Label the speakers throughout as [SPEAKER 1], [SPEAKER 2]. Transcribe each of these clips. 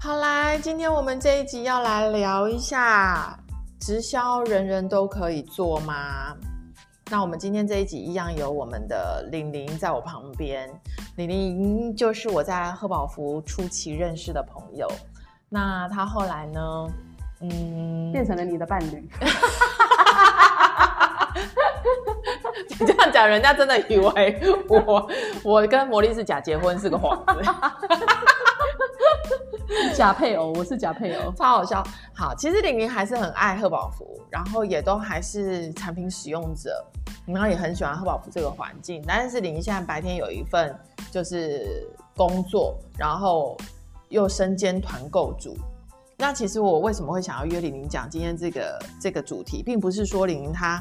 [SPEAKER 1] 好啦，今天我们这一集要来聊一下直销，人人都可以做吗？那我们今天这一集一样有我们的玲玲在我旁边，玲玲就是我在贺宝福初期认识的朋友。那她后来呢？嗯，
[SPEAKER 2] 变成了你的伴侣。
[SPEAKER 1] 你 这样讲，人家真的以为我我跟魔力是假结婚是个幌子。
[SPEAKER 2] 假配偶，我是假配偶。
[SPEAKER 1] 超好笑。好，其实玲玲还是很爱贺宝福，然后也都还是产品使用者，然后也很喜欢贺宝福这个环境。但是玲玲现在白天有一份就是工作，然后又身兼团购主。那其实我为什么会想要约玲玲讲今天这个这个主题，并不是说玲玲她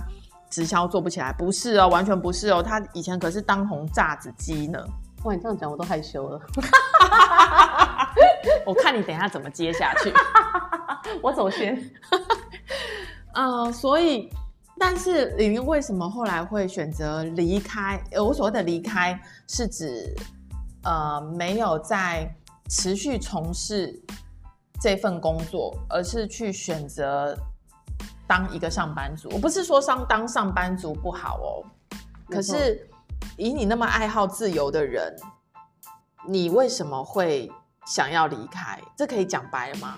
[SPEAKER 1] 直销做不起来，不是哦，完全不是哦。她以前可是当红炸子鸡呢。
[SPEAKER 2] 哇，你这样讲我都害羞了。
[SPEAKER 1] 我看你等一下怎么接下去。
[SPEAKER 2] 我走先。
[SPEAKER 1] 嗯，所以，但是玲玲为什么后来会选择离开？呃，我所谓的离开是指，呃，没有在持续从事这份工作，而是去选择当一个上班族。我不是说上当上班族不好哦，
[SPEAKER 2] 没错
[SPEAKER 1] 可是以你那么爱好自由的人，你为什么会想要离开？这可以讲白了吗？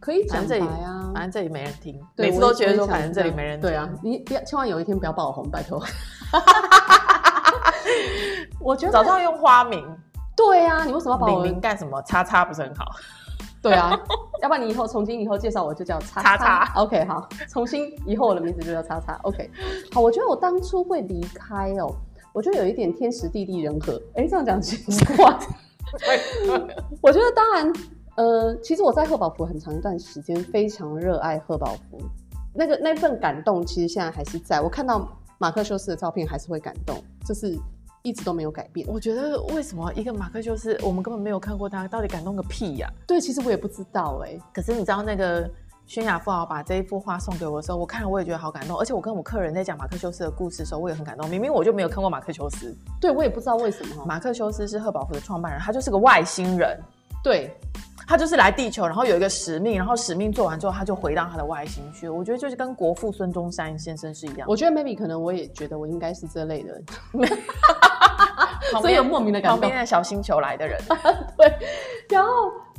[SPEAKER 2] 可以
[SPEAKER 1] 反
[SPEAKER 2] 讲
[SPEAKER 1] 正这
[SPEAKER 2] 白
[SPEAKER 1] 里
[SPEAKER 2] 啊。
[SPEAKER 1] 反正这里没人听，
[SPEAKER 2] 对
[SPEAKER 1] 每次都觉得
[SPEAKER 2] 我
[SPEAKER 1] 说
[SPEAKER 2] 也想
[SPEAKER 1] 反正这里没人听。
[SPEAKER 2] 对啊，你不要，千万有一天不要爆红，拜 托。我觉
[SPEAKER 1] 早知
[SPEAKER 2] 得
[SPEAKER 1] 道用花名，
[SPEAKER 2] 对啊，你为什么要把
[SPEAKER 1] 玲
[SPEAKER 2] 我？
[SPEAKER 1] 玲干什么？叉叉不是很好？
[SPEAKER 2] 对啊，要不然你以后从今以后介绍我就叫叉
[SPEAKER 1] 叉叉
[SPEAKER 2] OK，好，从今以后我的名字就叫叉叉。OK，好，我觉得我当初会离开哦，我觉得有一点天时地利人和。哎，这样讲奇怪。我觉得当然，呃，其实我在贺宝福很长一段时间非常热爱贺宝福，那个那份感动其实现在还是在。我看到马克修斯的照片还是会感动，就是一直都没有改变。
[SPEAKER 1] 我觉得为什么一个马克就是我们根本没有看过他，到底感动个屁呀、
[SPEAKER 2] 对，其实我也不知道哎、
[SPEAKER 1] 可是你知道那个宣雅富豪把这一幅画送给我的时候，我看了我也觉得好感动，而且我跟我客人在讲马克修斯的故事的时候，我也很感动。明明我就没有看过马克修斯，
[SPEAKER 2] 对我也不知道为什么哈。
[SPEAKER 1] 马克修斯是赫宝福的创办人，他就是个外星人，
[SPEAKER 2] 对，
[SPEAKER 1] 他就是来地球，然后有一个使命，然后使命做完之后，他就回到他的外星去。我觉得就是跟国父孙中山先生是一样的，
[SPEAKER 2] 我觉得 maybe 可能我也觉得我应该是这类的人，
[SPEAKER 1] 旁
[SPEAKER 2] 所
[SPEAKER 1] 边
[SPEAKER 2] 以有莫名的感
[SPEAKER 1] 旁
[SPEAKER 2] 动
[SPEAKER 1] 边。的小星球来的 人。
[SPEAKER 2] 对，然后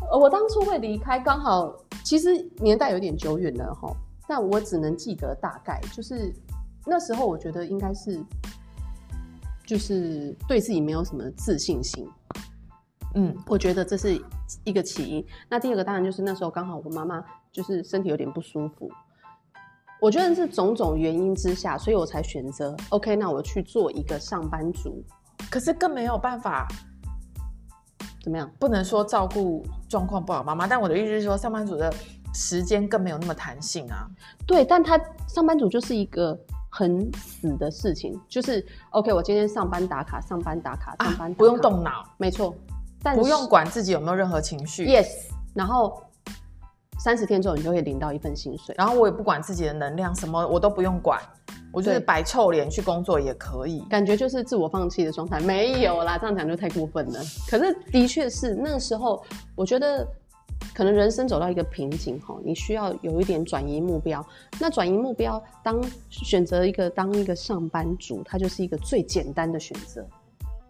[SPEAKER 2] 呃我当初会离开，刚好其实年代有点久远了哈，但我只能记得大概，就是那时候我觉得应该是就是对自己没有什么自信心，
[SPEAKER 1] 嗯，
[SPEAKER 2] 我觉得这是一个起因。那第二个当然就是那时候刚好我妈妈就是身体有点不舒服，我觉得是种种原因之下，所以我才选择 OK，那我去做一个上班族，
[SPEAKER 1] 可是更没有办法，
[SPEAKER 2] 怎么样？
[SPEAKER 1] 不能说照顾状况不好妈妈，但我的意思是说，上班族的时间更没有那么弹性啊。
[SPEAKER 2] 对，但他上班族就是一个很死的事情，就是 OK，我今天上班打卡，上班打卡，上班
[SPEAKER 1] 啊
[SPEAKER 2] 打卡、
[SPEAKER 1] 不用，动脑，
[SPEAKER 2] 没错，但
[SPEAKER 1] 不
[SPEAKER 2] 是
[SPEAKER 1] 用管自己有没有任何情绪
[SPEAKER 2] yes，然后三十天之后你就会领到一份薪水，
[SPEAKER 1] 然后我也不管自己的能量，什么我都不用管，我就是
[SPEAKER 2] 对
[SPEAKER 1] 摆臭脸去工作也可以。
[SPEAKER 2] 感觉就是自我放弃的状态，没有啦，这样讲就太过分了。可是的确是那个时候，我觉得可能人生走到一个瓶颈哈，你需要有一点转移目标。那转移目标，当选择一个当一个上班族，它就是一个最简单的选择。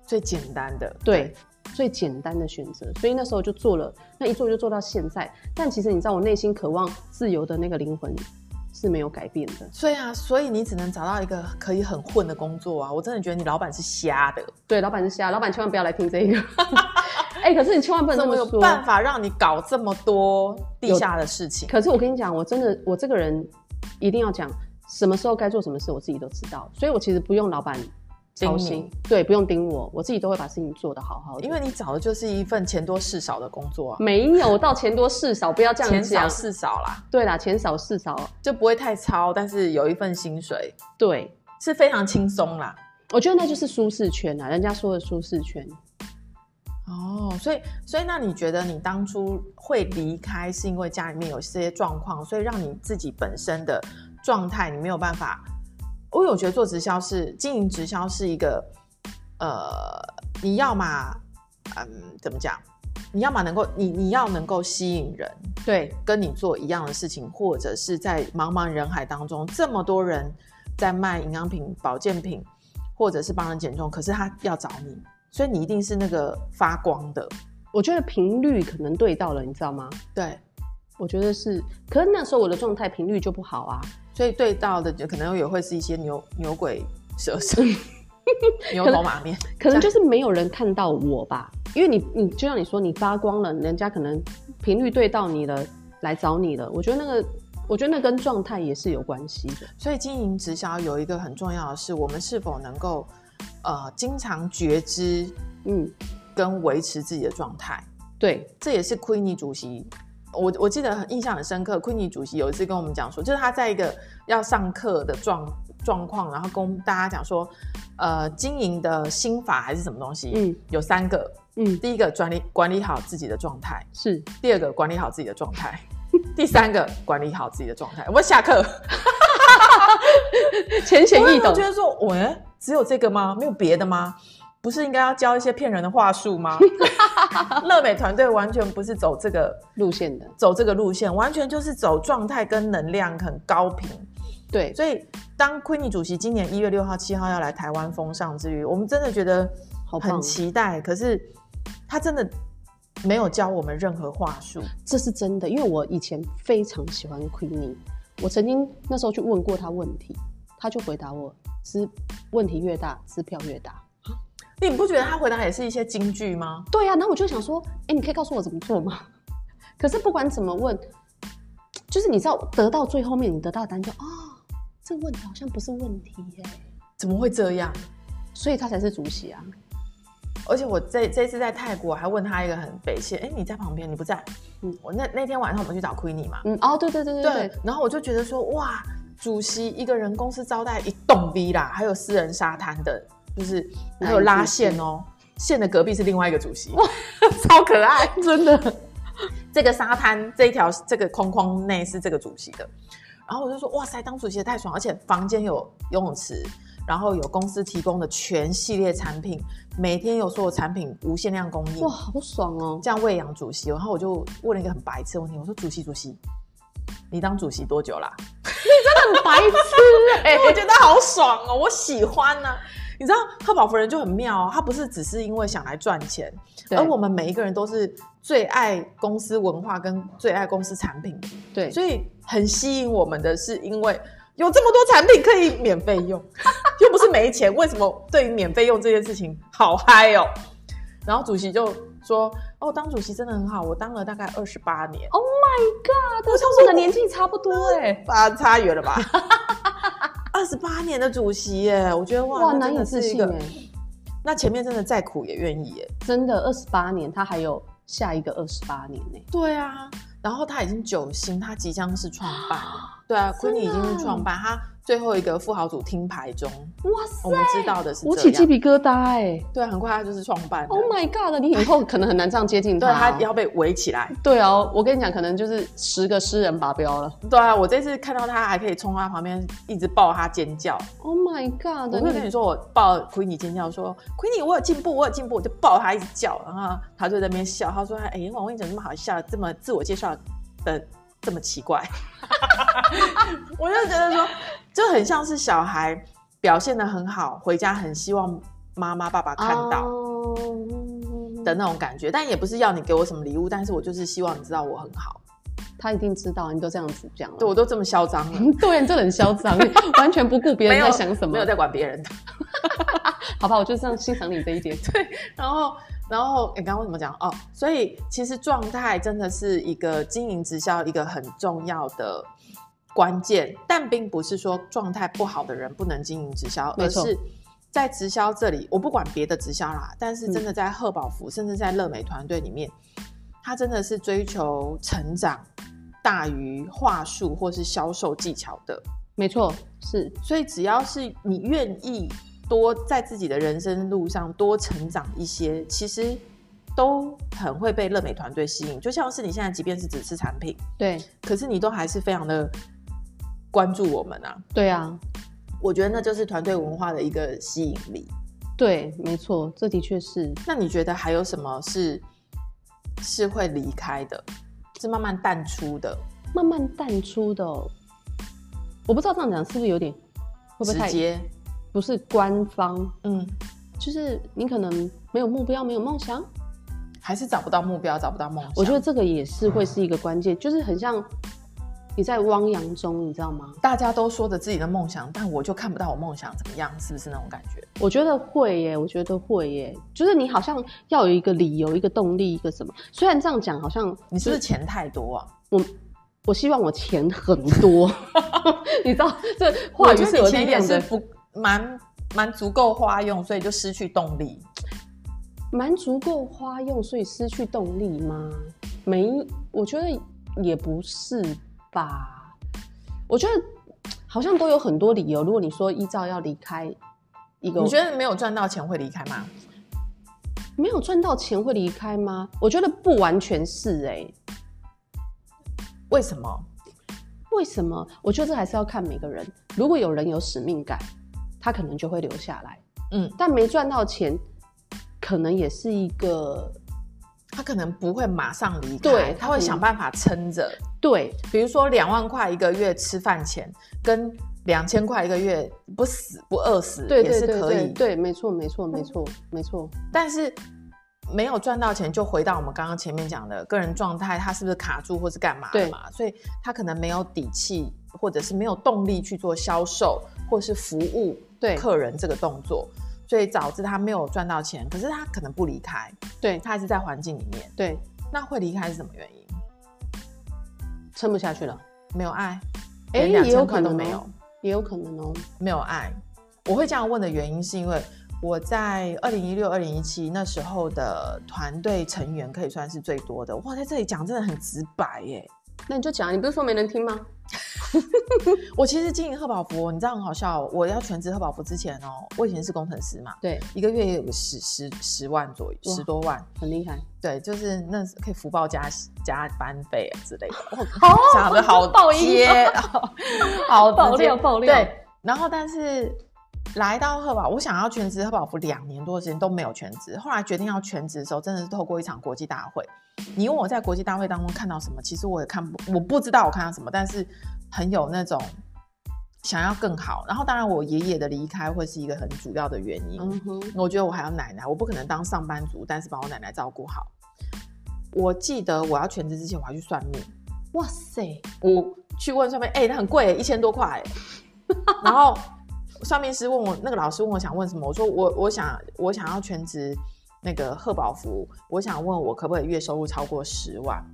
[SPEAKER 1] 最简单的，
[SPEAKER 2] 对，最简单的选择。所以那时候就做了，那一做就做到现在。但其实你知道，我内心渴望自由的那个灵魂是没有改变的。
[SPEAKER 1] 所以啊，所以你只能找到一个可以很混的工作啊！我真的觉得你老板是瞎的，
[SPEAKER 2] 对，老板是瞎，老板千万不要来听这一个。 哎、可是你千万不能
[SPEAKER 1] 怎
[SPEAKER 2] 这
[SPEAKER 1] 么
[SPEAKER 2] 么
[SPEAKER 1] 有
[SPEAKER 2] 说。
[SPEAKER 1] 办法让你搞这么多地下的事情？
[SPEAKER 2] 可是我跟你讲，我真的，我这个人一定要讲，什么时候该做什么事，我自己都知道。所以我其实不用老板操
[SPEAKER 1] 叮
[SPEAKER 2] 心
[SPEAKER 1] 你，
[SPEAKER 2] 对，不用盯我，我自己都会把事情做得好好的。
[SPEAKER 1] 因为你找的就是一份钱多事少的工作啊，
[SPEAKER 2] 没有到钱多事少，不要这样
[SPEAKER 1] 钱少
[SPEAKER 2] 讲。
[SPEAKER 1] 事少啦。
[SPEAKER 2] 对啦，钱少事少，
[SPEAKER 1] 就不会太超，但是有一份薪水
[SPEAKER 2] 对，
[SPEAKER 1] 是非常轻松啦。
[SPEAKER 2] 我觉得那就是舒适圈啊，人家说的舒适圈。
[SPEAKER 1] 哦，所以所以那你觉得你当初会离开，是因为家里面有这些状况，所以让你自己本身的状态你没有办法？因为我有觉得做直销是经营直销是一个，呃，你要嘛，嗯，怎么讲？你要么能够，你你要能够吸引人，
[SPEAKER 2] 对，
[SPEAKER 1] 跟你做一样的事情，或者是在茫茫人海当中，这么多人在卖营养品、保健品，或者是帮人减重，可是他要找你，所以你一定是那个发光的。
[SPEAKER 2] 我觉得频率可能对到了，你知道吗？
[SPEAKER 1] 对，
[SPEAKER 2] 我觉得是，可是那时候我的状态频率就不好啊。
[SPEAKER 1] 所以对到的就可能也会是一些牛牛鬼蛇神、牛头马面。
[SPEAKER 2] 可能就是没有人看到我吧，因为你，你就像你说，你发光了，人家可能频率对到你了，来找你了。我觉得那个，我觉得那跟状态也是有关系的。
[SPEAKER 1] 所以经营直销有一个很重要的是，我们是否能够呃经常觉知
[SPEAKER 2] 嗯，
[SPEAKER 1] 跟维持自己的状态。
[SPEAKER 2] 对，
[SPEAKER 1] 这也是 Queenie 主席，我我记得很印象很深刻。Queenie 主席有一次跟我们讲说，就是他在一个要上课的状状况，然后跟大家讲说，呃，经营的心法还是什么东西，
[SPEAKER 2] 嗯
[SPEAKER 1] 有三个。
[SPEAKER 2] 嗯，
[SPEAKER 1] 第一个管理管理好自己的状态，
[SPEAKER 2] 是，
[SPEAKER 1] 第二个管理好自己的状态，第三个管理好自己的状态。我下课，
[SPEAKER 2] 浅显易
[SPEAKER 1] 啊我
[SPEAKER 2] 懂
[SPEAKER 1] 觉。得说，喂，只有这个吗？没有别的吗？不是应该要教一些骗人的话术 吗？乐美团队完全不是走这个
[SPEAKER 2] 路线的，
[SPEAKER 1] 走这个路线，完全就是走状态跟能量很高频。
[SPEAKER 2] 对，
[SPEAKER 1] 所以，当 Queenie 主席今年一月六号、七号要来台湾风尚之余，我们真的觉得
[SPEAKER 2] 好棒
[SPEAKER 1] 很期待。可是，他真的没有教我们任何话术。
[SPEAKER 2] 这是真的，因为我以前非常喜欢 Queenie，我曾经那时候去问过她问题，她就回答我：支问题越大，支票越大。
[SPEAKER 1] 你不觉得他回答也是一些金句吗？
[SPEAKER 2] 对呀、啊，然后我就想说，哎，你可以告诉我怎么做吗？ 可是不管怎么问，就是你知道，得到最后面，你得到的答案就啊、哦，这个问题好像不是问题耶，
[SPEAKER 1] 怎么会这样？
[SPEAKER 2] 所以他才是主席啊。
[SPEAKER 1] 而且我这这次在泰国还问他一个很北切，哎、你在旁边，你不在。嗯
[SPEAKER 2] 嗯，
[SPEAKER 1] 我那那天晚上我们去找 Queenie 嘛，
[SPEAKER 2] 嗯，哦，对对对对
[SPEAKER 1] 对
[SPEAKER 2] 对，，
[SPEAKER 1] 然后我就觉得说，哇，主席一个人公司招待一栋 V 啦，还有私人沙滩的，就是还有拉线哦，线的隔壁是另外一个主席，哇，超可爱。
[SPEAKER 2] 真的，
[SPEAKER 1] 这个沙滩这一条这个框框内是这个主席的，然后我就说，哇塞，当主席也太爽，而且房间有游泳池。然后有公司提供的全系列产品，每天有所有产品无限量供应，
[SPEAKER 2] 哇，好爽哦。
[SPEAKER 1] 这样喂养主席，然后我就问了一个很白痴的问题，我说：“主席，主席，你当主席多久啦、
[SPEAKER 2] 很白痴哎、
[SPEAKER 1] 哎、我觉得好爽哦，我喜欢呢、你知道贺宝夫人就很妙、哦，她不是只是因为想来赚钱，
[SPEAKER 2] 对
[SPEAKER 1] 而我们每一个人都是最爱公司文化跟最爱公司产品，
[SPEAKER 2] 对，
[SPEAKER 1] 所以很吸引我们的是因为有这么多产品可以免费用， 又不是没钱，为什么对于免费用这件事情好嗨哦？然后主席就说：“哦，当主席真的很好，我当了大概二十八年，
[SPEAKER 2] Oh my god！我跟我的年纪差不多哎、
[SPEAKER 1] 八差远了 吧？二十八年的主席耶，我觉得哇，
[SPEAKER 2] 哇，
[SPEAKER 1] 那
[SPEAKER 2] 难
[SPEAKER 1] 真
[SPEAKER 2] 以
[SPEAKER 1] 的
[SPEAKER 2] 置
[SPEAKER 1] 是一
[SPEAKER 2] 信
[SPEAKER 1] 个
[SPEAKER 2] 哎、
[SPEAKER 1] 那前面真的再苦也愿意耶。
[SPEAKER 2] 真的，二十八年，他还有下一个二十八年呢、
[SPEAKER 1] 对啊，然后他已经九星，他即将是创 办。对啊
[SPEAKER 2] 真
[SPEAKER 1] ，Queenie
[SPEAKER 2] 的啊
[SPEAKER 1] 已经是创办，他最后一个富豪组听牌中，
[SPEAKER 2] 哇塞
[SPEAKER 1] 我，们知道的是
[SPEAKER 2] 我
[SPEAKER 1] 这
[SPEAKER 2] 起鸡
[SPEAKER 1] 样。
[SPEAKER 2] 皮疙瘩哎、
[SPEAKER 1] 对，很快他就是创办的。
[SPEAKER 2] Oh my god！你以后可能很难这样接近 他、
[SPEAKER 1] 对他
[SPEAKER 2] 哦。
[SPEAKER 1] 要被围起来。
[SPEAKER 2] 对啊，我跟你讲，可能就是十个诗人拔标了。
[SPEAKER 1] 对啊，我这次看到他还可以冲他旁边，一直抱他尖叫。
[SPEAKER 2] Oh my god！
[SPEAKER 1] 我会跟你说，我抱 Queenie 尖叫说，Queenie 我有进步，我有进步，我就抱他一直叫，然后他就在那边笑，他说，哎、王文你怎么那么好笑，这么自我介绍的这么奇怪， 我就觉得说，就很像是小孩表现的很好，回家很希望妈妈爸爸看到。
[SPEAKER 2] 哦
[SPEAKER 1] 的那种感觉，但也不是要你给我什么礼物，但是我就是希望你知道我很好，
[SPEAKER 2] 他一定知道，你都这样子讲了。
[SPEAKER 1] 对我都这么嚣张了，
[SPEAKER 2] 对，嗯啊你这很嚣 张，完全不顾别人在想什么
[SPEAKER 1] 没有。在管别人的。
[SPEAKER 2] 好吧，我就这样欣赏你这一点。
[SPEAKER 1] 然后，然后你刚刚为什么讲哦？所以其实状态真的是一个经营直销一个很重要的关键，但并不是说状态不好的人不能经营直销，而
[SPEAKER 2] 没错
[SPEAKER 1] 是在直销这里，我不管别的直销啦，但是
[SPEAKER 2] 嗯
[SPEAKER 1] 真的在贺宝福，甚至在乐美团队里面，他真的是追求成长大于话术或是销售技巧的。
[SPEAKER 2] 没错，是
[SPEAKER 1] 所以只要是你愿意多在自己的人生路上多成长一些，其实都很会被乐美团队吸引。就像是你现在，即便是只是产品，
[SPEAKER 2] 对，
[SPEAKER 1] 可是你都还是非常的关注我们啊。
[SPEAKER 2] 对啊，
[SPEAKER 1] 我觉得那就是团队文化的一个吸引力。
[SPEAKER 2] 对，没错，这的确是。
[SPEAKER 1] 那你觉得还有什么是是会离开的，是慢慢淡出的，
[SPEAKER 2] 慢慢淡出的哦、我不知道这样讲是不是有点，会不会
[SPEAKER 1] 直
[SPEAKER 2] 太
[SPEAKER 1] 接，
[SPEAKER 2] 不是官方？
[SPEAKER 1] 嗯，
[SPEAKER 2] 就是你可能没有目标，没有梦想。
[SPEAKER 1] 还是找不到目标，找不到梦想。
[SPEAKER 2] 我觉得这个也是会是一个关键，就是很像你在汪洋中，你知道吗？
[SPEAKER 1] 大家都说着自己的梦想，但我就看不到我梦想怎么样，是不是那种感觉？
[SPEAKER 2] 我觉得会耶，我觉得会耶，就是你好像要有一个理由、一个动力、一个什么。虽然这样讲好像
[SPEAKER 1] 你是不是钱太多啊？
[SPEAKER 2] 我，我希望我钱很多， 你知道这话
[SPEAKER 1] 我
[SPEAKER 2] 语
[SPEAKER 1] 觉
[SPEAKER 2] 是
[SPEAKER 1] 得
[SPEAKER 2] 有
[SPEAKER 1] 你
[SPEAKER 2] 力
[SPEAKER 1] 钱也
[SPEAKER 2] 量
[SPEAKER 1] 是
[SPEAKER 2] 的，
[SPEAKER 1] 不蛮蛮足够花用，所以就失去动力。
[SPEAKER 2] 蛮足够花用，所以失去动力吗？没，我觉得也不是吧。我觉得好像都有很多理由。如果你说依照要离开一个，
[SPEAKER 1] 你觉得没有赚到钱会离开吗？
[SPEAKER 2] 没有赚到钱会离开吗？我觉得不完全是哎、
[SPEAKER 1] 为什么？
[SPEAKER 2] 为什么？我觉得这还是要看每个人。如果有人有使命感，他可能就会留下来。
[SPEAKER 1] 嗯，
[SPEAKER 2] 但没赚到钱，可能也是一个
[SPEAKER 1] 他可能不会马上离开，
[SPEAKER 2] 对
[SPEAKER 1] 他会想办法撑着。
[SPEAKER 2] 对
[SPEAKER 1] 比如说两万块一个月吃饭钱，跟两千块一个月不死不饿死
[SPEAKER 2] 对
[SPEAKER 1] 也
[SPEAKER 2] 对
[SPEAKER 1] 是
[SPEAKER 2] 对
[SPEAKER 1] 可
[SPEAKER 2] 对
[SPEAKER 1] 以，
[SPEAKER 2] 对，没错没错没错没错。
[SPEAKER 1] 但是没有赚到钱，就回到我们刚刚前面讲的个人状态，他是不是卡住或是干嘛的
[SPEAKER 2] 对
[SPEAKER 1] 嘛？所以他可能没有底气，或者是没有动力去做销售或是服务
[SPEAKER 2] 对
[SPEAKER 1] 客人这个动作，所以导致他没有赚到钱，可是他可能不离开，
[SPEAKER 2] 对
[SPEAKER 1] 他还是在环境里面，
[SPEAKER 2] 对，
[SPEAKER 1] 那会离开是什么原因？
[SPEAKER 2] 撑不下去了，
[SPEAKER 1] 没有爱，
[SPEAKER 2] 哎
[SPEAKER 1] 连两
[SPEAKER 2] 也有
[SPEAKER 1] 千
[SPEAKER 2] 可
[SPEAKER 1] 块
[SPEAKER 2] 能
[SPEAKER 1] 都没
[SPEAKER 2] 哦
[SPEAKER 1] 有。
[SPEAKER 2] 也有可能哦。
[SPEAKER 1] 没有爱。我会这样问的原因是因为我在二零一六、二零一七那时候的团队成员可以算是最多的。哇，在这里讲真的很直白耶。
[SPEAKER 2] 那你就讲，你不是说没人听吗？
[SPEAKER 1] 我其实经营贺宝福，你知道很好笑哦、我要全职贺宝福之前哦，我以前是工程师嘛，
[SPEAKER 2] 对，
[SPEAKER 1] 一个月也有个十十十万左右，
[SPEAKER 2] 哇
[SPEAKER 1] 十多万。
[SPEAKER 2] 很厉害。
[SPEAKER 1] 对，就是那是可以福报加加班费啊之类的。我
[SPEAKER 2] 哦好
[SPEAKER 1] 讲的好
[SPEAKER 2] 爆音
[SPEAKER 1] 接， 好直接
[SPEAKER 2] 哦 爆料爆料
[SPEAKER 1] 对，然后但是来到贺宝，我想要全职贺宝福两年多的时间都没有全职，后来决定要全职的时候，真的是透过一场国际大会。你问我在国际大会当中看到什么，其实我也看不，我不知道我看到什么，但是很有那种想要更好。然后当然我爷爷的离开会是一个很主要的原因。
[SPEAKER 2] 嗯哼，
[SPEAKER 1] 我觉得我还有奶奶，我不可能当上班族，但是把我奶奶照顾好。我记得我要全职之前，我还去算命，
[SPEAKER 2] 哇塞，
[SPEAKER 1] 我去问算命，哎、那很贵，一千多块。然后算命师问我，那个老师问我想问什么，我说我我想我想要全职那个贺宝福，我想问我可不可以月收入超过十万。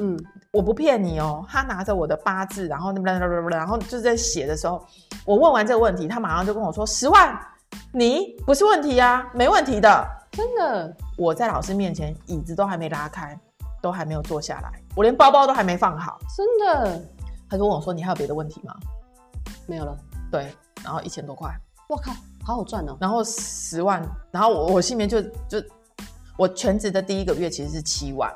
[SPEAKER 2] 嗯，
[SPEAKER 1] 我不骗你哦，他拿着我的八字，然后那然后就是在写的时候，我问完这个问题，他马上就跟我说十万，你不是问题啊，没问题的。
[SPEAKER 2] 真的，
[SPEAKER 1] 我在老师面前椅子都还没拉开，都还没有坐下来，我连包包都还没放好。
[SPEAKER 2] 真的
[SPEAKER 1] 他就问我说：“你还有别的问题吗
[SPEAKER 2] 没有了。？”
[SPEAKER 1] 对，然后一千多块，
[SPEAKER 2] 我靠，好好赚哦。
[SPEAKER 1] 然后十万，然后我我心里面就就我全职的第一个月其实是七万，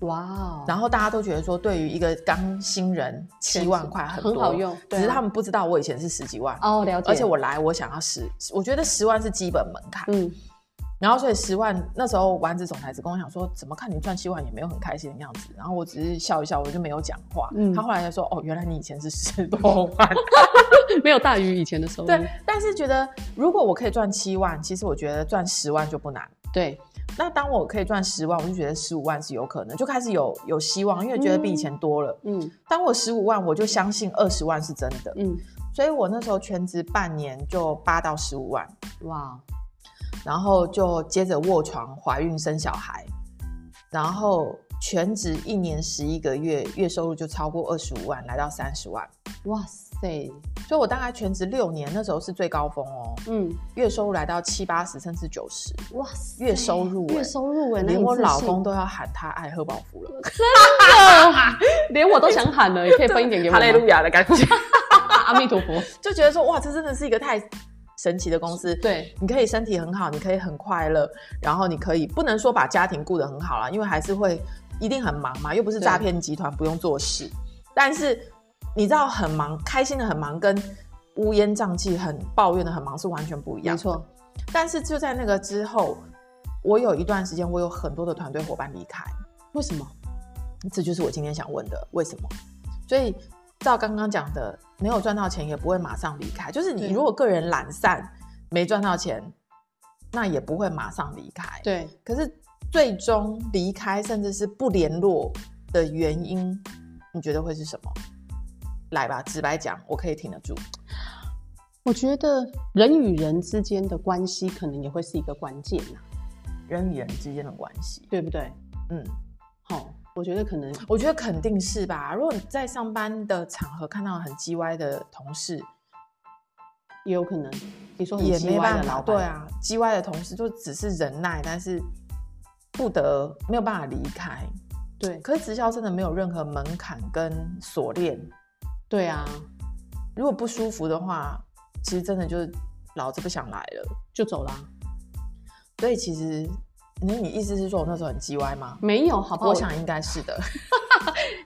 [SPEAKER 2] 哇哦，
[SPEAKER 1] 然后大家都觉得说，对于一个刚新人七万块很多
[SPEAKER 2] 很好用对
[SPEAKER 1] 只
[SPEAKER 2] 啊
[SPEAKER 1] 是他们不知道我以前是十几万，
[SPEAKER 2] 哦，了解。
[SPEAKER 1] 而且我来我想要十，我觉得十万是基本门槛，
[SPEAKER 2] 嗯，
[SPEAKER 1] 然后所以十万那时候丸子总裁只跟我讲说，怎么看你赚七万也没有很开心的样子，然后我只是笑一笑，我就没有讲话。
[SPEAKER 2] 嗯
[SPEAKER 1] 他后来才说，哦，原来你以前是十多万，
[SPEAKER 2] 没有大于以前的收入。
[SPEAKER 1] 对，但是觉得如果我可以赚七万，其实我觉得赚十万就不难。
[SPEAKER 2] 对，
[SPEAKER 1] 那当我可以赚十万，我就觉得十五万是有可能，就开始有有希望，因为觉得比以前多了。
[SPEAKER 2] 嗯
[SPEAKER 1] 当我十五万，我就相信二十万是真的，
[SPEAKER 2] 嗯，
[SPEAKER 1] 所以我那时候全职半年就八到十五万，
[SPEAKER 2] 哇，
[SPEAKER 1] 哦然后就接着卧床、怀孕、生小孩，然后全职一年十一个月，月收入就超过二十五万，来到三十万。
[SPEAKER 2] 哇塞，
[SPEAKER 1] 所以我大概全职六年，那时候是最高峰哦，
[SPEAKER 2] 嗯，
[SPEAKER 1] 月收入来到七八十甚至九十，
[SPEAKER 2] 哇塞，
[SPEAKER 1] 月收入欸
[SPEAKER 2] 月收入哎，那
[SPEAKER 1] 连
[SPEAKER 2] 你
[SPEAKER 1] 我
[SPEAKER 2] 自
[SPEAKER 1] 老
[SPEAKER 2] 信
[SPEAKER 1] 公，都要喊他爱喝饱福了，
[SPEAKER 2] 连我都想喊了，你可以分一点给 我
[SPEAKER 1] 哈
[SPEAKER 2] 吗。
[SPEAKER 1] 利路亚的感觉，
[SPEAKER 2] 阿弥陀佛。
[SPEAKER 1] 就觉得说哇，这真的是一个太神奇的公司，
[SPEAKER 2] 对，
[SPEAKER 1] 你可以身体很好，你可以很快乐，然后你可以不能说把家庭顾得很好啦，因为还是会一定很忙嘛，又不是
[SPEAKER 2] 对
[SPEAKER 1] 诈骗集团不用做事。但是你知道很忙，开心的很忙，跟乌烟瘴气、很抱怨的很忙是完全不一样。
[SPEAKER 2] 没。错，
[SPEAKER 1] 但是就在那个之后，我有一段时间，我有很多的团队伙伴离开，
[SPEAKER 2] 为什么？
[SPEAKER 1] 这就是我今天想问的，为什么？所以照刚刚讲的，没有赚到钱也不会马上离开，就是你
[SPEAKER 2] 对
[SPEAKER 1] 如果个人懒散，没赚到钱，那也不会马上离开。，
[SPEAKER 2] 对，
[SPEAKER 1] 可是最终离开甚至是不联络的原因，你觉得会是什么？来吧，直白讲，我可以挺得住。
[SPEAKER 2] 我觉得人与人之间的关系可能也会是一个关键呐、
[SPEAKER 1] 人与人之间的关系，
[SPEAKER 2] 对不对？
[SPEAKER 1] 嗯，
[SPEAKER 2] 好、我觉得可能
[SPEAKER 1] 我觉得肯定是吧。如果你在上班的场合看到很叽歪的同事，
[SPEAKER 2] 也有可能，你说很
[SPEAKER 1] 也
[SPEAKER 2] 奇
[SPEAKER 1] 没
[SPEAKER 2] 怪的
[SPEAKER 1] 办
[SPEAKER 2] 老
[SPEAKER 1] 法，
[SPEAKER 2] 板，
[SPEAKER 1] 对，啊，叽歪的同事就只是忍耐，但是不得没有办法离开。
[SPEAKER 2] 对
[SPEAKER 1] 可是直销真的没有任何门槛跟锁链，
[SPEAKER 2] 对啊，
[SPEAKER 1] 如果不舒服的话，其实真的就是老子不想来了。
[SPEAKER 2] 就走啊啦。
[SPEAKER 1] 所以其实，那你意思是说我那时候很叽歪吗？
[SPEAKER 2] 没有，好不好？
[SPEAKER 1] 我想应该是的，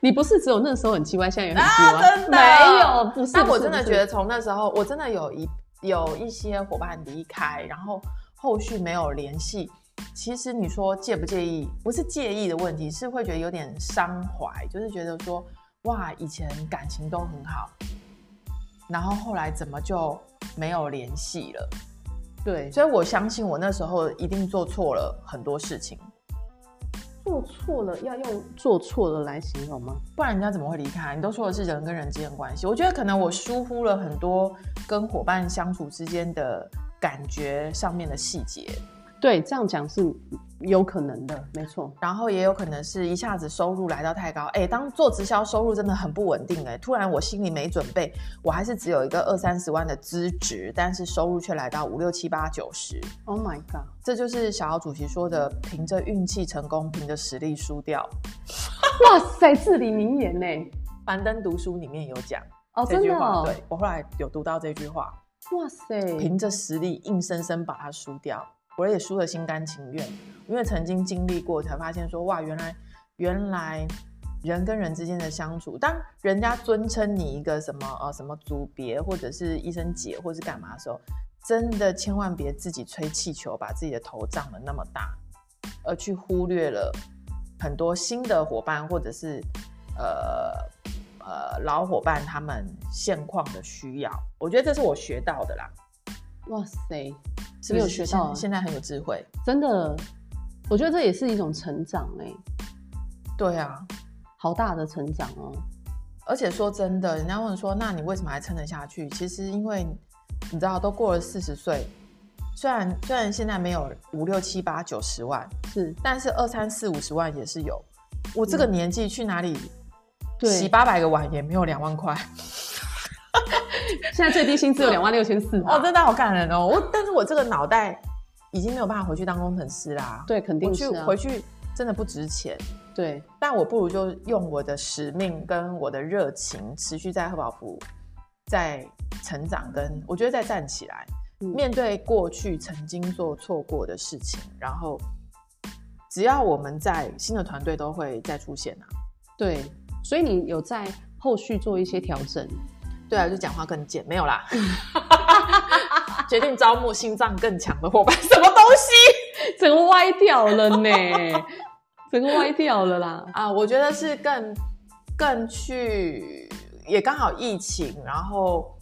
[SPEAKER 2] 你不是只有那时候很奇怪，现在也很奇怪，
[SPEAKER 1] 啊真的
[SPEAKER 2] 没有，不是。
[SPEAKER 1] 但
[SPEAKER 2] 不
[SPEAKER 1] 我
[SPEAKER 2] 是
[SPEAKER 1] 真的
[SPEAKER 2] 不是
[SPEAKER 1] 觉得从那时候，我真的有一有一些伙伴离开，然后后续没有联系。其实你说介不介意，不是介意的问题，是会觉得有点伤怀，就是觉得说，哇，以前感情都很好，然后后来怎么就没有联系了？
[SPEAKER 2] 对，
[SPEAKER 1] 所以我相信我那时候一定做错了很多事情，
[SPEAKER 2] 做错了要用做错了来形容吗？
[SPEAKER 1] 不然人家怎么会离开？啊你都说的是人跟人之间的关系，我觉得可能我疏忽了很多跟伙伴相处之间的感觉上面的细节，
[SPEAKER 2] 对，这样讲是有可能的，没错。
[SPEAKER 1] 然后也有可能是一下子收入来到太高，哎，当做直销收入真的很不稳定哎、突然我心里没准备，我还是只有一个二三十万的资质，但是收入却来到五六七八九十，
[SPEAKER 2] Oh my god！
[SPEAKER 1] 这就是小姚主席说的，凭着运气成功，凭着实力输掉。
[SPEAKER 2] 哇塞，至理名言呢？
[SPEAKER 1] 樊登读书里面有讲
[SPEAKER 2] 哦，
[SPEAKER 1] 这
[SPEAKER 2] 真
[SPEAKER 1] 句
[SPEAKER 2] 的、
[SPEAKER 1] 话，
[SPEAKER 2] 哦，
[SPEAKER 1] 对我后来有读到这句话。
[SPEAKER 2] 哇塞，
[SPEAKER 1] 凭着实力硬生生把它输掉，我也输得心甘情愿，因为曾经经历过，才发现说哇，原来原来人跟人之间的相处，当人家尊称你一个什么呃什么组别，或者是医生姐，或是干嘛的时候，真的千万别自己吹气球，把自己的头胀得那么大，而去忽略了很多新的伙伴或者是呃。呃，老伙伴他们现况的需要，我觉得这是我学到的啦。
[SPEAKER 2] 哇塞，
[SPEAKER 1] 是
[SPEAKER 2] 你
[SPEAKER 1] 不
[SPEAKER 2] 有
[SPEAKER 1] 是
[SPEAKER 2] 学
[SPEAKER 1] 现
[SPEAKER 2] 到啊
[SPEAKER 1] 现在很有智慧。
[SPEAKER 2] 真的，我觉得这也是一种成长哎、
[SPEAKER 1] 对啊，
[SPEAKER 2] 好大的成长哦。
[SPEAKER 1] 而且说真的，人家问说，那你为什么还撑得下去？其实因为你知道，都过了四十岁，虽然虽然现在没有五六七八九十万，
[SPEAKER 2] 是，
[SPEAKER 1] 但是二三四五十万也是有。我这个年纪去哪里
[SPEAKER 2] 嗯对
[SPEAKER 1] 洗八百个碗也没有两万块
[SPEAKER 2] 现在最低薪资有两万六千四
[SPEAKER 1] 哦，真的好感人哦！我但是我这个脑袋已经没有办法回去当工程师啦，
[SPEAKER 2] 对，肯
[SPEAKER 1] 我
[SPEAKER 2] 定
[SPEAKER 1] 去
[SPEAKER 2] 是啊
[SPEAKER 1] 回，去真的不值钱。
[SPEAKER 2] 对，
[SPEAKER 1] 但我不如就用我的使命跟我的热情，持续在贺宝福在成长跟，我觉得再站起来，
[SPEAKER 2] 嗯
[SPEAKER 1] 面对过去曾经做错过的事情，然后只要我们在新的团队都会再出现啊，
[SPEAKER 2] 对，所以你有在后续做一些调 整，
[SPEAKER 1] 对啊，就讲话更简，没有啦，决定招募心脏更强的伙伴，什么东西
[SPEAKER 2] 整个歪掉了呢，整个歪掉 了啦。
[SPEAKER 1] 啊？我觉得是更更去，也刚好疫情，然后。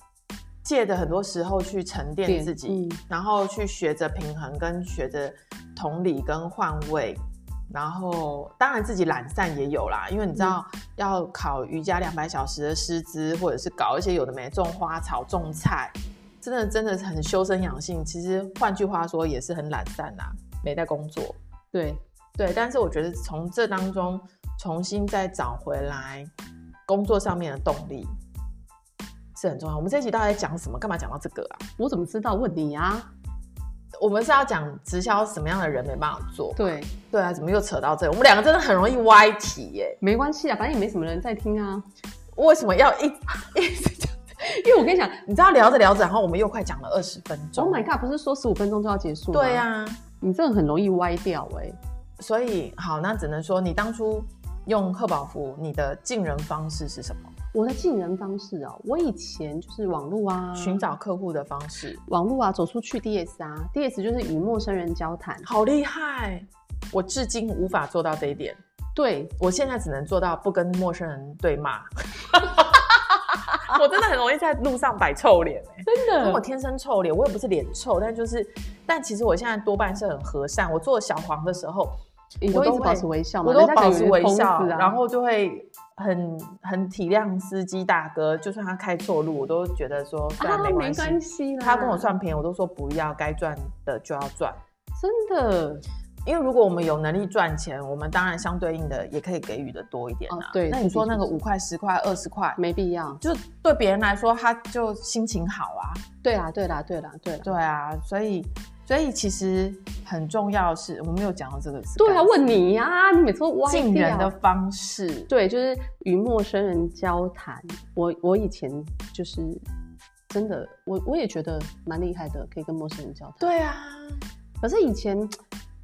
[SPEAKER 1] 借着很多时候去沉淀自己，
[SPEAKER 2] 嗯
[SPEAKER 1] 然后去学着平衡，跟学着同理跟换位，然后当然自己懒散也有啦，因为你知道、要考瑜伽两百小时的师资，或者是搞一些有的没种花草种菜，真的真的是很修身养性。其实换句话说也是很懒散啦，没在工作。
[SPEAKER 2] 对，
[SPEAKER 1] 对，但是我觉得从这当中重新再找回来工作上面的动力是很重要。我们这一集到底在讲什么？干嘛讲到这个啊？
[SPEAKER 2] 我怎么知道？问你啊。
[SPEAKER 1] 我们是要讲直销什么样的人没办法做？
[SPEAKER 2] 对，
[SPEAKER 1] 对啊，怎么又扯到这？我们两个真的很容易歪题耶、
[SPEAKER 2] 没关系啊，反正也没什么人在听啊。
[SPEAKER 1] 为什么要一？一直讲？
[SPEAKER 2] 因为我跟你讲
[SPEAKER 1] 你知道聊着聊着，然后我们又快讲了二十分钟。
[SPEAKER 2] ，Oh my god，不是说十五分钟就要结束吗？
[SPEAKER 1] 对啊呀、
[SPEAKER 2] 你这个很容易歪掉哎、
[SPEAKER 1] 所以好，那只能说你当初用贺宝福，你的进人方式是什么？
[SPEAKER 2] 我的进人方式哦，我以前就是网络啊，
[SPEAKER 1] 寻找客户的方式，
[SPEAKER 2] 网络啊，走出去 DS 啊，DS 就是与陌生人交谈。
[SPEAKER 1] 好厉害！我至今无法做到这一点。
[SPEAKER 2] 对，
[SPEAKER 1] 我现在只能做到不跟陌生人对骂。 我真的很容易在路上摆臭脸哎、
[SPEAKER 2] 真
[SPEAKER 1] 因为我
[SPEAKER 2] 的，
[SPEAKER 1] 天生臭脸，我也不是脸臭，但就是，但其实我现在多半是很和善。我做小黄的时候，
[SPEAKER 2] 你都
[SPEAKER 1] 我都
[SPEAKER 2] 一直
[SPEAKER 1] 会
[SPEAKER 2] 保持微笑吗？
[SPEAKER 1] 我都
[SPEAKER 2] 人家可
[SPEAKER 1] 保
[SPEAKER 2] 能
[SPEAKER 1] 持
[SPEAKER 2] 以为
[SPEAKER 1] 微
[SPEAKER 2] 你是
[SPEAKER 1] 笑，
[SPEAKER 2] 疯子啊
[SPEAKER 1] 然后就会很很体谅司机大哥，就算他开错路，我都觉得说虽然
[SPEAKER 2] 啊，
[SPEAKER 1] 没
[SPEAKER 2] 没
[SPEAKER 1] 关系，
[SPEAKER 2] 关系啦，
[SPEAKER 1] 他跟我算便宜，我都说不要，该赚的就要赚。
[SPEAKER 2] 真的，
[SPEAKER 1] 因为如果我们有能力赚钱，我们当然相对应的也可以给予的多一点啊。
[SPEAKER 2] 哦对嗯
[SPEAKER 1] 那
[SPEAKER 2] 是
[SPEAKER 1] 你
[SPEAKER 2] 的
[SPEAKER 1] 说那
[SPEAKER 2] 是
[SPEAKER 1] 个
[SPEAKER 2] 的
[SPEAKER 1] 五块、十块、二十块，
[SPEAKER 2] 没必要。
[SPEAKER 1] 就对别人来说，他就心情好啊。
[SPEAKER 2] 对啦，对啦，对啦，对啦。
[SPEAKER 1] 对啊，所以所以其实很重要的是，我们没有讲到这个词。
[SPEAKER 2] 对啊，问你呀、你每次都歪
[SPEAKER 1] 近人的
[SPEAKER 2] 掉。
[SPEAKER 1] 方式，
[SPEAKER 2] 对，就是与陌生人交谈。我我以前就是真的，我我也觉得蛮厉害的，可以跟陌生人交谈。，
[SPEAKER 1] 对啊，
[SPEAKER 2] 可是以前，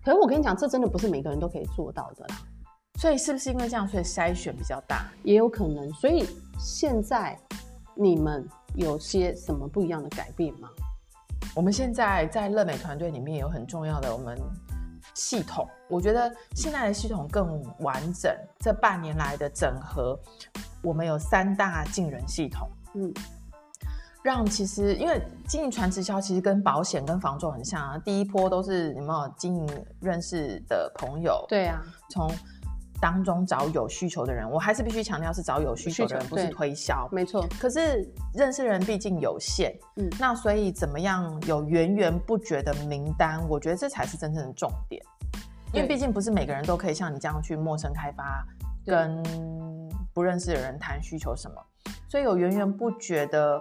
[SPEAKER 2] 可是我跟你讲，这真的不是每个人都可以做到的啦，
[SPEAKER 1] 所以是不是因为这样，所以筛选比较大？
[SPEAKER 2] 也有可能。所以现在你们有些什么不一样的改变吗？
[SPEAKER 1] 我们现在在乐美团队里面有很重要的我们系统，我觉得现在的系统更完整。这半年来的整合，我们有三大进人系统，
[SPEAKER 2] 嗯，
[SPEAKER 1] 让其实因为经营传直销其实跟保险跟房仲很像啊，第一波都是你们有经营认识的朋友，，
[SPEAKER 2] 对啊，
[SPEAKER 1] 从当中找有需求的人，我还是必须强调是找有需求的人，
[SPEAKER 2] 需求
[SPEAKER 1] 不是
[SPEAKER 2] 对
[SPEAKER 1] 推销，
[SPEAKER 2] 没错，
[SPEAKER 1] 可是认识人毕竟有限，嗯
[SPEAKER 2] 嗯，
[SPEAKER 1] 那所以怎么样有源源不绝的名单，我觉得这才是真正的重点，因为
[SPEAKER 2] 对
[SPEAKER 1] 毕竟不是每个人都可以像你这样去陌生开发，
[SPEAKER 2] 对
[SPEAKER 1] 跟不认识的人谈需求什么，所以有源源不绝的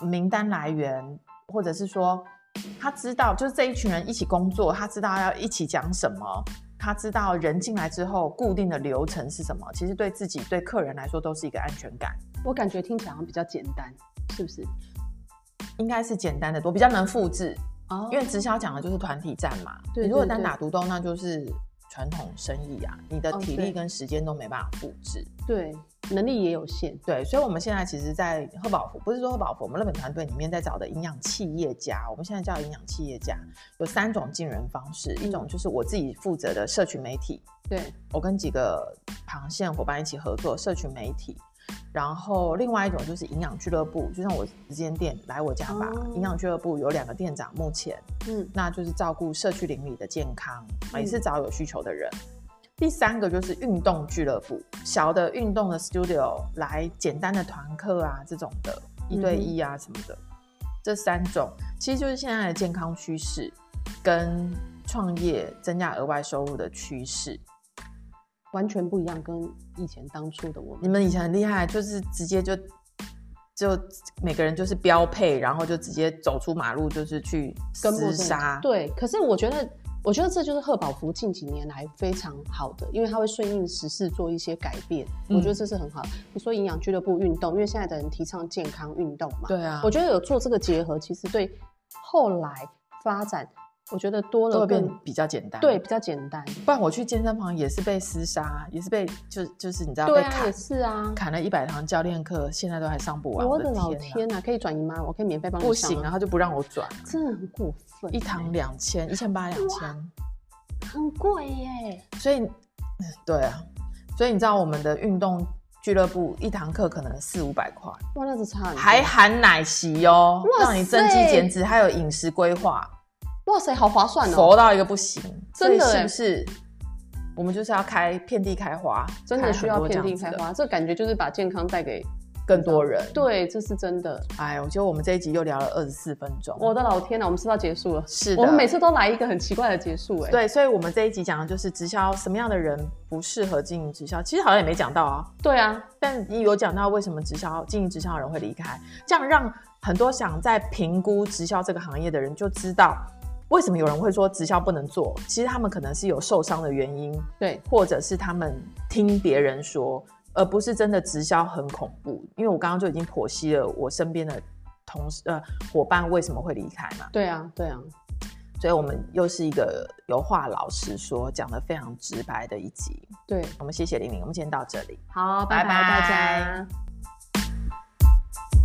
[SPEAKER 1] 名单来源，或者是说他知道就是这一群人一起工作，他知道要一起讲什么。他知道人进来之后固定的流程是什么，其实对自己、对客人来说都是一个安全感。
[SPEAKER 2] 我感觉听起来好像比较简单，是不是？
[SPEAKER 1] 应该是简单的多，比较能复制。
[SPEAKER 2] 哦
[SPEAKER 1] 因为直销讲的就是团体战嘛，
[SPEAKER 2] 对
[SPEAKER 1] 你如果
[SPEAKER 2] 对
[SPEAKER 1] 单
[SPEAKER 2] 对
[SPEAKER 1] 打独斗，那就是传统生意啊，你的
[SPEAKER 2] 哦
[SPEAKER 1] 体
[SPEAKER 2] 对
[SPEAKER 1] 力跟时间都没办法复制。
[SPEAKER 2] 对能力也有限，
[SPEAKER 1] 对，所以我们现在其实，在贺宝福，不是说贺宝福，我们日本团队里面在找的营养企业家，我们现在叫营养企业家，有三种进人方式，一种就是我自己负责的社群媒体，
[SPEAKER 2] 对，
[SPEAKER 1] 我跟几个螃蟹伙伴一起合作社群媒体，然后另外一种就是营养俱乐部，就像我这间店来我家吧，
[SPEAKER 2] 哦
[SPEAKER 1] 营养俱乐部有两个店长，目前
[SPEAKER 2] 嗯，
[SPEAKER 1] 那就是照顾社区邻里的健康，
[SPEAKER 2] 嗯
[SPEAKER 1] 也是找有需求的人。第三个就是运动俱乐部，小的运动的 studio 来简单的团课啊，这种的一
[SPEAKER 2] 嗯
[SPEAKER 1] 对一啊什么的，这三种其实就是现在的健康趋势跟创业增加额外收入的趋势。
[SPEAKER 2] 完全不一样，跟以前当初的我
[SPEAKER 1] 你
[SPEAKER 2] 们。
[SPEAKER 1] 们以前很厉害，就是直接就就每个人就是标配，然后就直接走出马路，就是去
[SPEAKER 2] 跟
[SPEAKER 1] 厮
[SPEAKER 2] 陌生人
[SPEAKER 1] 杀。
[SPEAKER 2] 对，可是我觉得，我觉得这就是贺宝福近几年来非常好的，因为他会顺应时事做一些改变，
[SPEAKER 1] 嗯
[SPEAKER 2] 我觉得这是很好。你说营养俱乐部运动，因为现在的人提倡健康运动嘛，
[SPEAKER 1] 对啊
[SPEAKER 2] 我觉得有做这个结合，其实对后来发展，我觉得多
[SPEAKER 1] 都
[SPEAKER 2] 了
[SPEAKER 1] 会变
[SPEAKER 2] 更
[SPEAKER 1] 得比较简单。
[SPEAKER 2] 对比较简单。
[SPEAKER 1] 不然我去健身房也是被厮杀，也是被就就是你知道
[SPEAKER 2] 对
[SPEAKER 1] 被
[SPEAKER 2] 啊，也
[SPEAKER 1] 砍
[SPEAKER 2] 是啊。
[SPEAKER 1] 砍了一百堂教练课，现在都还上不完。
[SPEAKER 2] 我
[SPEAKER 1] 我
[SPEAKER 2] 的老
[SPEAKER 1] 啊
[SPEAKER 2] 天呐、可以转移吗？我可以免费帮你
[SPEAKER 1] 不
[SPEAKER 2] 上
[SPEAKER 1] 行
[SPEAKER 2] 吗
[SPEAKER 1] 啊，，他就不让我转，
[SPEAKER 2] 真的很过分欸、
[SPEAKER 1] 一堂两千，一千八两千，
[SPEAKER 2] 很贵耶。
[SPEAKER 1] 所以对啊，所以你知道我们的运动俱乐部一堂课可能四五百块，
[SPEAKER 2] 哇，那是差很多
[SPEAKER 1] 还含奶昔哦，
[SPEAKER 2] 哇
[SPEAKER 1] 让你增肌
[SPEAKER 2] 塞
[SPEAKER 1] 减脂，还有饮食规划，
[SPEAKER 2] 哇塞，好划算哦！
[SPEAKER 1] 佛到一个不行，
[SPEAKER 2] 真的
[SPEAKER 1] 所以是
[SPEAKER 2] 欸
[SPEAKER 1] 不是？我们就是要开遍地开花，
[SPEAKER 2] 真
[SPEAKER 1] 开
[SPEAKER 2] 的
[SPEAKER 1] 很
[SPEAKER 2] 需要
[SPEAKER 1] 多这
[SPEAKER 2] 遍
[SPEAKER 1] 样
[SPEAKER 2] 地
[SPEAKER 1] 子
[SPEAKER 2] 开
[SPEAKER 1] 的
[SPEAKER 2] 花，这感觉就是把健康带给
[SPEAKER 1] 更多人。
[SPEAKER 2] 对，这是真的。
[SPEAKER 1] 哎，我觉得我们这一集又聊了二十四分钟。
[SPEAKER 2] 我的老天呐，我们是不是要结束了？
[SPEAKER 1] 是的，
[SPEAKER 2] 我们每次都来一个很奇怪的结束、哎，
[SPEAKER 1] 对，所以我们这一集讲的就是直销什么样的人不适合经营直销，其实好像也没讲到啊，
[SPEAKER 2] 对啊，
[SPEAKER 1] 但你有讲到为什么直销经营直销的人会离开，这样让很多想在评估直销这个行业的人就知道。为什么有人会说直销不能做？其实他们可能是有受伤的原因，
[SPEAKER 2] 对，
[SPEAKER 1] 或者是他们听别人说，而不是真的直销很恐怖。因为我刚刚就已经剖析了我身边的同事呃伙伴为什么会离开嘛。
[SPEAKER 2] 对啊，对啊，
[SPEAKER 1] 所以我们又是一个有话老实说，讲的非常直白的一集。
[SPEAKER 2] 对。
[SPEAKER 1] 我们谢谢玲玲，我们今天到这里。
[SPEAKER 2] 好，
[SPEAKER 1] 拜
[SPEAKER 2] 拜
[SPEAKER 1] 拜
[SPEAKER 2] 拜大家。